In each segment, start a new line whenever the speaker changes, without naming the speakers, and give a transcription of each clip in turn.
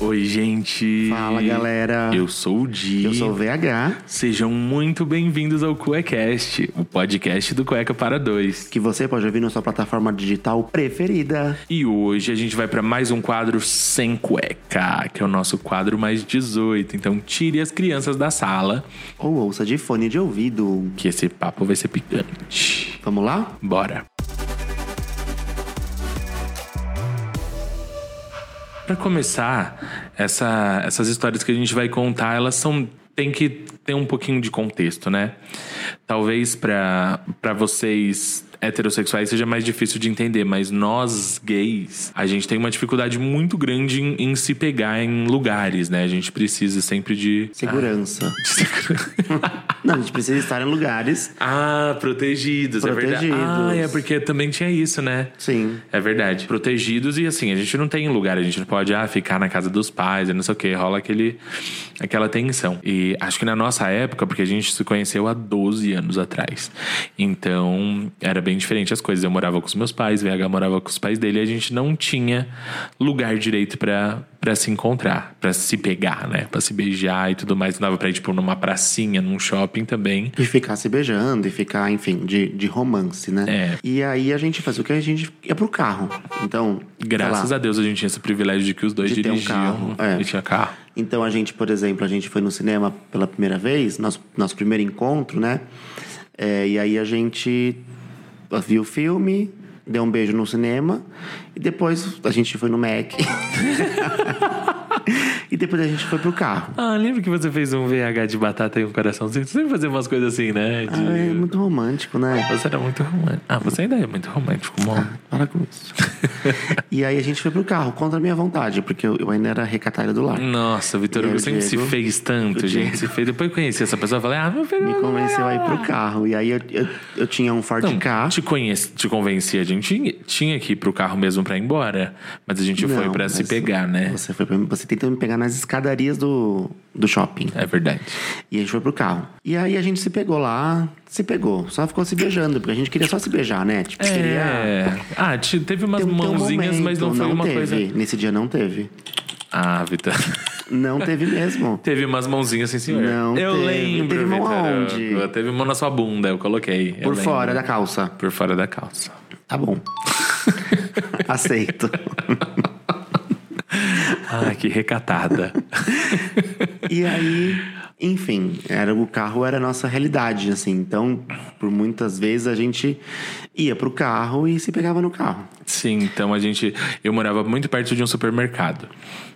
Oi, gente.
Fala, galera.
Eu sou o Di.
Eu sou o VH,
Sejam muito bem-vindos ao Cuecast, o podcast do Cueca para Dois.
que você pode ouvir na sua plataforma digital preferida.
E hoje a gente vai para mais um quadro sem cueca, que é o nosso quadro mais 18. Então tire as crianças da sala,
Ou ouça de fone de ouvido.
que esse papo vai ser picante.
Vamos lá?
Bora! Pra começar, essa- essas histórias que a gente vai contar, elas são tem que ter um pouquinho de contexto, né? Talvez pra pra vocês heterossexuais seja mais difícil de entender, mas nós gays, a gente tem uma dificuldade muito grande em, em se pegar em lugares, né? A gente precisa sempre de
Segurança. Não, a gente precisa estar em lugares.
Ah, protegidos, é
Protegidos.
verdade. Ah, é porque também tinha isso, né?
Sim.
É verdade. Protegidos e assim, a gente não tem lugar, a gente não pode ah, ficar na casa dos pais e não sei o que, rola aquele, aquela tensão. E acho que na nossa época, porque a gente se conheceu há 12 anos atrás, então era bem diferente as coisas. Eu morava com os meus pais, VH morava com os pais dele, e a gente não tinha lugar direito pra para se encontrar, pra se pegar, né? Pra se beijar e tudo mais. Não dava pra ir, tipo, numa pracinha, num shopping também.
E ficar se beijando e ficar, enfim, de, de romance, né?
É.
E aí a gente faz o que? A gente ia pro carro. Então.
Graças
sei lá,
a Deus a gente tinha esse privilégio de que os dois
De ter um
dirigiam
carro, é.
e tinha carro.
Então a gente, por exemplo, a gente foi no cinema pela primeira vez, nosso, nosso primeiro encontro, né? É, e aí a gente ah, viu o filme, deu um beijo no cinema, e depois a gente foi no Mac. e depois a gente foi pro carro.
Ah, lembra que você fez um VH de batata e um coraçãozinho? Você sempre fazia umas coisas assim, né? De-
Ah, é muito romântico, né?
Você era muito romântico. Ah, você ainda é muito romântico, mano.
Para com isso. e aí a gente foi pro carro, contra a minha vontade, porque eu, eu ainda era recatada do
Hum.
lar.
Nossa, Vitor Hugo
E o
sempre se
Diego?
fez tanto,
O
gente. Se fez. Depois eu conheci essa pessoa e falei, ah, meu filho.
Me convenceu a ir pro carro. E aí eu, eu, eu tinha um
Então,
Ford Ka.
Te, conheci, te convenci, a gente tinha- tinha que ir pro carro mesmo pra ir embora. Mas a gente foi
Não,
pra se
mas
pegar, né?
Você, foi pra, você tentou me pegar nas escadarias do, do shopping.
É verdade.
E a gente foi pro carro. E aí a gente se pegou lá, se pegou. Só ficou se beijando, porque a gente queria só se beijar, né? Tipo, queria.
É. Ah, te- teve umas
ter um- ter um
mãozinhas, mas não
momento.
foi uma
teve.
coisa.
Nesse dia não teve.
Ah, Vitor.
Não teve mesmo.
Teve umas mãozinhas, assim, sim, senhor.
Não
eu
teve.
lembro.
Teve mão
Vitor
aonde?
Hugo. Teve mão na sua bunda, eu coloquei. eu
Por
lembro.
fora da calça.
Por fora da calça.
Tá bom. Aceito.
Ah, que recatada.
E aí, enfim, era o carro era a nossa realidade, assim. Então, por muitas vezes a gente ia pro carro e se pegava no carro.
Sim, então a gente. Eu morava muito perto de um supermercado.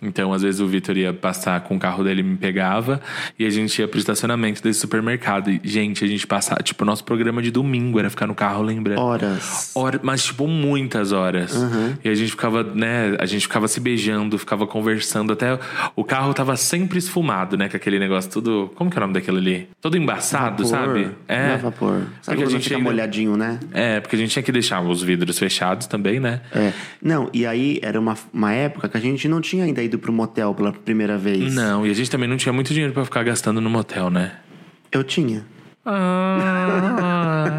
Então, às vezes, o Vitor ia passar com o carro dele e me pegava. E a gente ia pro estacionamento desse supermercado. E, gente, a gente passava. Tipo, o nosso programa de domingo era ficar no carro lembrando.
Horas.
Hora- mas tipo muitas horas.
Uhum.
E a gente ficava, né, a gente ficava se beijando, ficava conversando até o carro tava sempre esfumado, né, com aquele negócio tudo, como que é o nome daquilo ali? Todo embaçado, sabe?
É. Não é vapor. Sabe
porque a
quando
gente
fica
ainda-
molhadinho, né?
É, porque a gente tinha que deixar os vidros fechados também, né?
É. Não, e aí era uma, uma época que a gente não tinha ainda ido pro motel pela primeira vez.
Não, e a gente também não tinha muito dinheiro pra ficar gastando no motel, né?
Eu tinha.
Ah,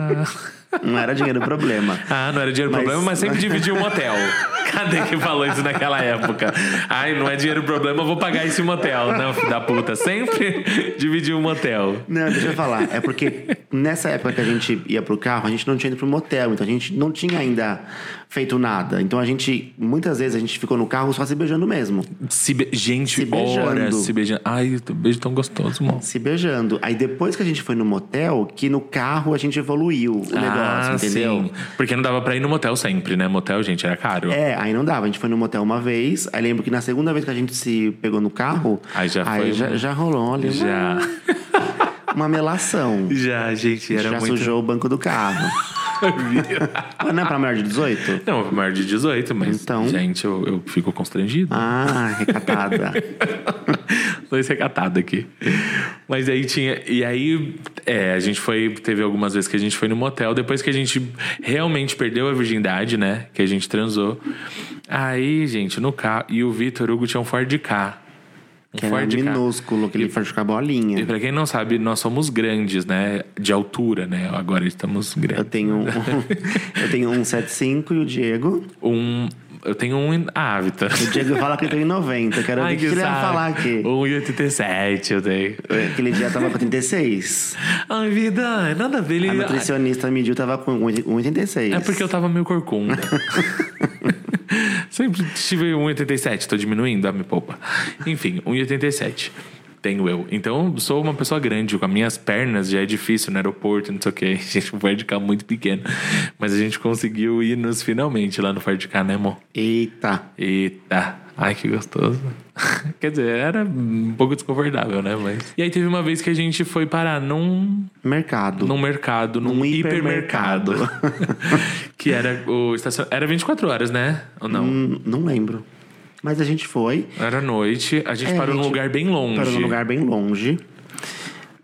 Não era dinheiro problema.
Ah, não era dinheiro
Mas-
problema, mas sempre dividia um motel. Cadê que falou isso naquela época? Ai, não é dinheiro problema, eu vou pagar esse motel. Não, filho da puta, sempre dividir um motel.
Não, deixa eu falar. É porque nessa época que a gente ia pro carro, a gente não tinha ido pro motel, então a gente não tinha ainda feito nada. Então a gente, muitas vezes, a gente ficou no carro só se beijando mesmo.
Se be- Gente,
Se beijando.
horas se beijando. Ai, o beijo tão gostoso, mano.
Se beijando. Aí depois que a gente foi no motel, que no carro a gente evoluiu o negócio, entendeu?
Ah, Sim. Porque não dava pra ir no motel sempre, né? Motel, gente, era caro.
É, aí não dava. A gente foi no motel uma vez. Aí lembro que na segunda vez que a gente se pegou no carro,
Aí já foi um-
já, já rolou ali uma-
Já.
uma melação.
Já, gente, era
já
muito.
sujou o banco do carro. Mas não é pra maior de 18?
Não, foi maior de 18, mas.
Então.
Gente, eu, eu fico constrangido.
Ah, recatada.
Dois recatados aqui. Mas aí tinha. E aí, é, a gente foi. Teve algumas vezes que a gente foi no motel. Depois que a gente realmente perdeu a virgindade, né? Que a gente transou. Aí, gente, no carro. E o Vitor Hugo tinha um Ford K. Um
que era
K.
minúsculo, aquele Ford com a bolinha.
E pra quem não sabe, nós somos grandes, né? De altura, né? Agora estamos
Eu
grandes.
tenho um, eu tenho um 75 e o Diego.
Um Eu tenho um em Avita.
O Diego fala que eu tenho 90. Quero ver o que, ele vai falar aqui.
Um e 87 eu tenho.
Aquele dia eu tava com 36.
Ai, vida, nada a ver. Ele...
A nutricionista mediu, tava com 1,86.
É porque eu tava meio corcunda. Sempre tive 1,87, tô diminuindo, ah, me poupa. Enfim, 1,87. Tenho eu. Então, sou uma pessoa grande, com as minhas pernas já é difícil no aeroporto, não sei o que. A gente vai de cá muito pequeno. Mas a gente conseguiu ir nos finalmente lá no Ford K, né, amor?
Eita.
Eita. Ai, que gostoso. Quer dizer, era um pouco desconfortável, né? Mas... E aí teve uma vez que a gente foi parar num,
Mercado.
num mercado, num,
Num
hipermercado.
hipermercado.
que era o estacion... Era 24 horas, né? Ou não?
Hum, não lembro. Mas a gente foi.
Era noite, a gente
É,
parou
a
num
gente
lugar bem longe.
Parou num lugar bem longe.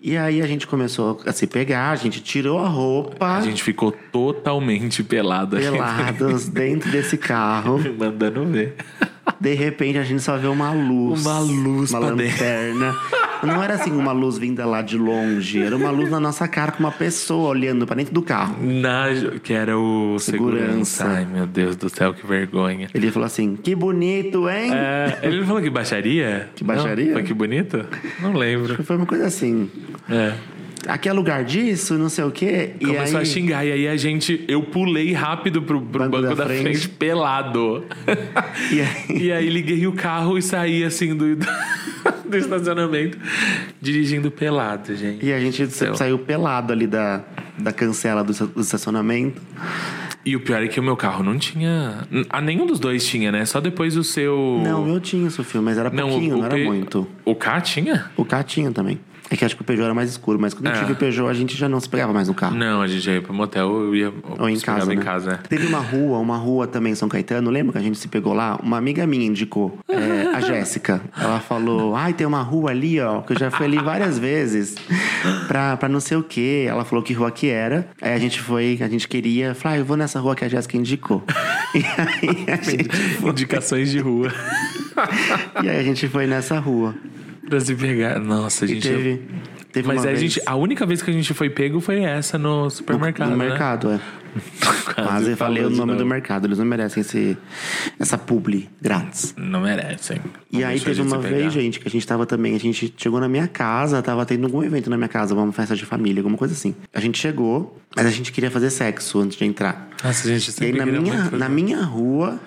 E aí a gente começou a se pegar, a gente tirou a roupa,
A gente ficou totalmente pelado ali,
pelados dentro desse carro.
mandando ver.
De repente a gente só vê uma luz.
Uma luz
Uma
pra
lanterna. Não era assim uma luz vinda lá de longe, era uma luz na nossa cara com uma pessoa olhando pra dentro do carro.
Na, que era o segurança.
Segurança.
Ai, meu Deus do céu, que vergonha.
Ele falou assim: "Que bonito, hein?"
É, ele não falou que baixaria? Que
baixaria?
Foi que bonito? Não lembro.
Foi uma coisa assim.
É.
Aqui é lugar disso, não sei o quê. E
Começou
aí,
a xingar, e aí a gente. Eu pulei rápido pro, pro banco, da, frente. pelado.
E aí?
E aí liguei o carro e saí assim do, do, do estacionamento, dirigindo pelado, gente.
E a gente
Céu.
saiu pelado ali da, da cancela do, esta- do estacionamento.
E o pior é que o meu carro não tinha. A nenhum dos dois tinha, né? Só depois o seu.
Não, eu tinha isso, filme, mas era pouquinho, não era
P-
muito.
O K tinha?
O carro tinha também. É que acho que o Peugeot era mais escuro, mas quando eu
É.
tive o Peugeot, a gente já não se pegava mais no carro.
Não, a gente ia pro motel, eu ia.
Ou em
se pegava
casa,
em
né?
casa, é.
Teve uma rua, uma rua também em São Caetano. Lembra que a gente se pegou lá? Uma amiga minha indicou, é, a Jéssica. Ela falou, ai, tem uma rua ali, ó, que eu já fui ali várias vezes pra, pra não sei o quê. Ela falou que rua que era. Aí a gente foi, a gente queria. Falei, ah, eu vou nessa rua que a Jéssica indicou. E aí, a gente,
é. Indicações de rua.
e aí a gente foi nessa rua.
pra se pegar. Nossa, a gente.
Teve, teve
Mas
uma
a,
vez
gente, é a única vez que a gente foi pego foi essa no supermercado.
no
né?
mercado, é. Mas eu falei o
falou de
nome
novo.
do mercado. Eles não merecem esse, essa publi grátis.
Não merecem.
E
Não
aí
deixa a
teve
gente
uma
se pegar.
vez, gente, que a gente tava também, a gente chegou na minha casa, tava tendo algum evento na minha casa, uma festa de família, alguma coisa assim. A gente chegou, mas a gente queria fazer sexo antes de entrar.
Nossa, gente,
E aí
sempre
na
queria
minha,
muito fazer.
na minha rua,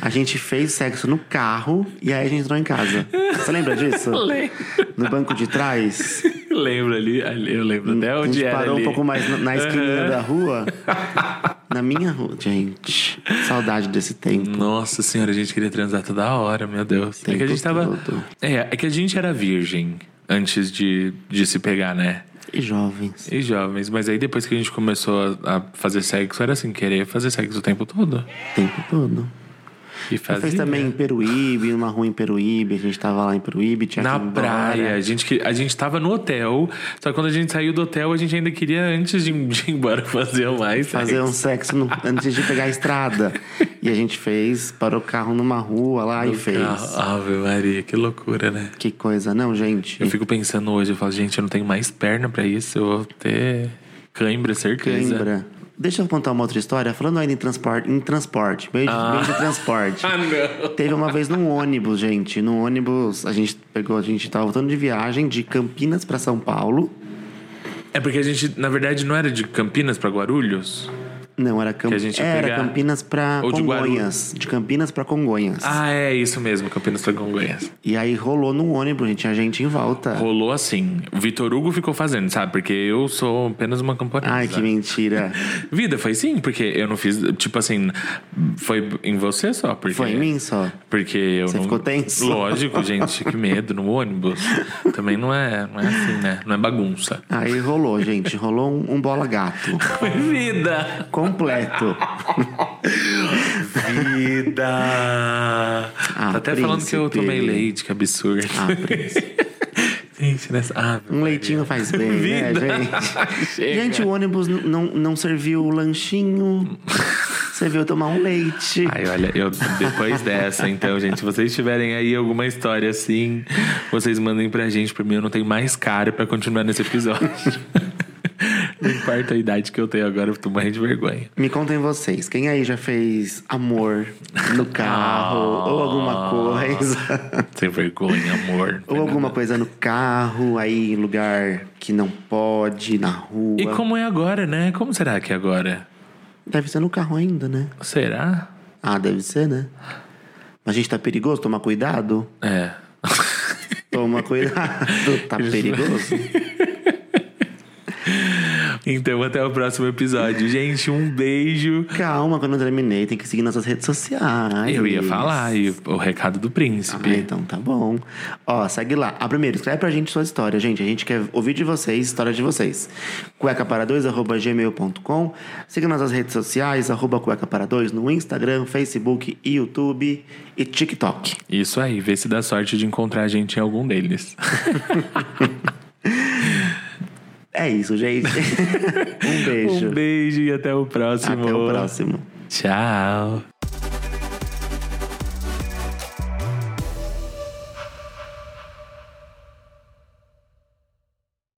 a gente fez sexo no carro e aí a gente entrou em casa. Você lembra disso?
Lembro.
No banco de trás,
Lembro ali, ali, eu lembro até
Hum, a
onde
gente
era
parou
ali.
um pouco mais na, na esquininha da rua. Na minha rua, gente. Saudade desse tempo.
Nossa senhora, a gente queria transar toda hora, meu Deus. é que a
Tempo
gente tava.
todo.
É, é que a gente era virgem antes de, de se pegar, né?
E jovens.
E jovens, mas aí depois que a gente começou a, a fazer sexo, era assim, querer fazer sexo o tempo todo.
O tempo todo.
E fazia.
Fez também em Peruíbe, numa rua em Peruíbe, a gente tava lá em Peruíbe, tinha
Na
que ir embora.
praia, a gente, que- a gente tava no hotel, só que quando a gente saiu do hotel, a gente ainda queria, antes de, de ir embora, fazer mais.
Fazer
sexo.
um sexo no- antes de pegar a estrada. E a gente fez, parou o carro numa rua lá e fez.
Ah, Ave Maria, que loucura, né?
Que coisa, não, gente.
Eu fico pensando hoje, eu falo, gente, eu não tenho mais perna pra isso, eu vou ter cãibra, certeza.
Lembra? Deixa eu contar uma outra história. Falando ainda em transporte, em transporte, beijo, beijo de transporte.
Ah, não.
Teve uma vez num ônibus, gente. Num ônibus, a gente pegou, a gente tava voltando de viagem de Campinas pra São Paulo.
É porque a gente, na verdade, não era de Campinas pra Guarulhos?
Não, era, Cam...
Que a gente ia
era
pegar-
Campinas pra
Ou de
Congonhas. De, Campinas pra Congonhas.
Ah, é isso mesmo, Campinas pra Congonhas.
E aí rolou num ônibus, gente, a gente em volta.
Rolou assim. O Vitor Hugo ficou fazendo, sabe? Porque eu sou apenas uma camponesa.
Ai, que mentira.
Vida, foi sim, porque eu não fiz. Tipo assim, foi em você só? Porque,
Foi em mim só.
Porque eu
Você
não.
ficou tenso?
Lógico, gente, que medo no ônibus. Também não é, não é assim, né? Não é bagunça.
Aí rolou, gente. Rolou um, um bola gato.
Foi vida!
Completo.
Vida! tá até falando que eu
príncipe.
tomei leite, que absurdo.
Ah, príncipe.
Gente, nessa. Ah,
Um leitinho faz bem, né, gente?
Chega.
Gente, o ônibus n- não, não serviu o lanchinho. Serviu tomar um leite.
Ai, olha, eu, depois dessa, então, gente, se vocês tiverem aí alguma história assim, vocês mandem pra gente, pra mim eu não tenho mais cara pra continuar nesse episódio. Não importa a idade que eu tenho agora, eu tô morrendo de vergonha.
Me contem vocês, quem aí já fez amor no
Ah,
carro ou alguma coisa?
Sem vergonha, amor.
ou alguma coisa no carro, aí em lugar que não pode, na rua.
E como é agora, né? Como será que é agora?
Deve ser no carro ainda, né?
Será?
Ah, deve ser, né? Mas a gente tá perigoso, toma cuidado.
É.
Toma cuidado, tá perigoso.
Então, até o próximo episódio. Gente, um beijo.
Calma, quando eu terminei, tem que seguir nossas redes sociais.
Eu ia falar, e o recado do príncipe.
Ah, então tá bom. Ó, segue lá. Ah, primeiro, escreve pra gente sua história, gente. A gente quer ouvir de vocês, história de vocês. cuecapara2.gmail.com Siga nossas redes sociais, arroba cuecapara2 no Instagram, Facebook, YouTube e TikTok.
Isso aí, vê se dá sorte de encontrar a gente em algum deles.
É isso, gente. um beijo.
Um beijo e até o próximo.
Até o próximo.
Tchau.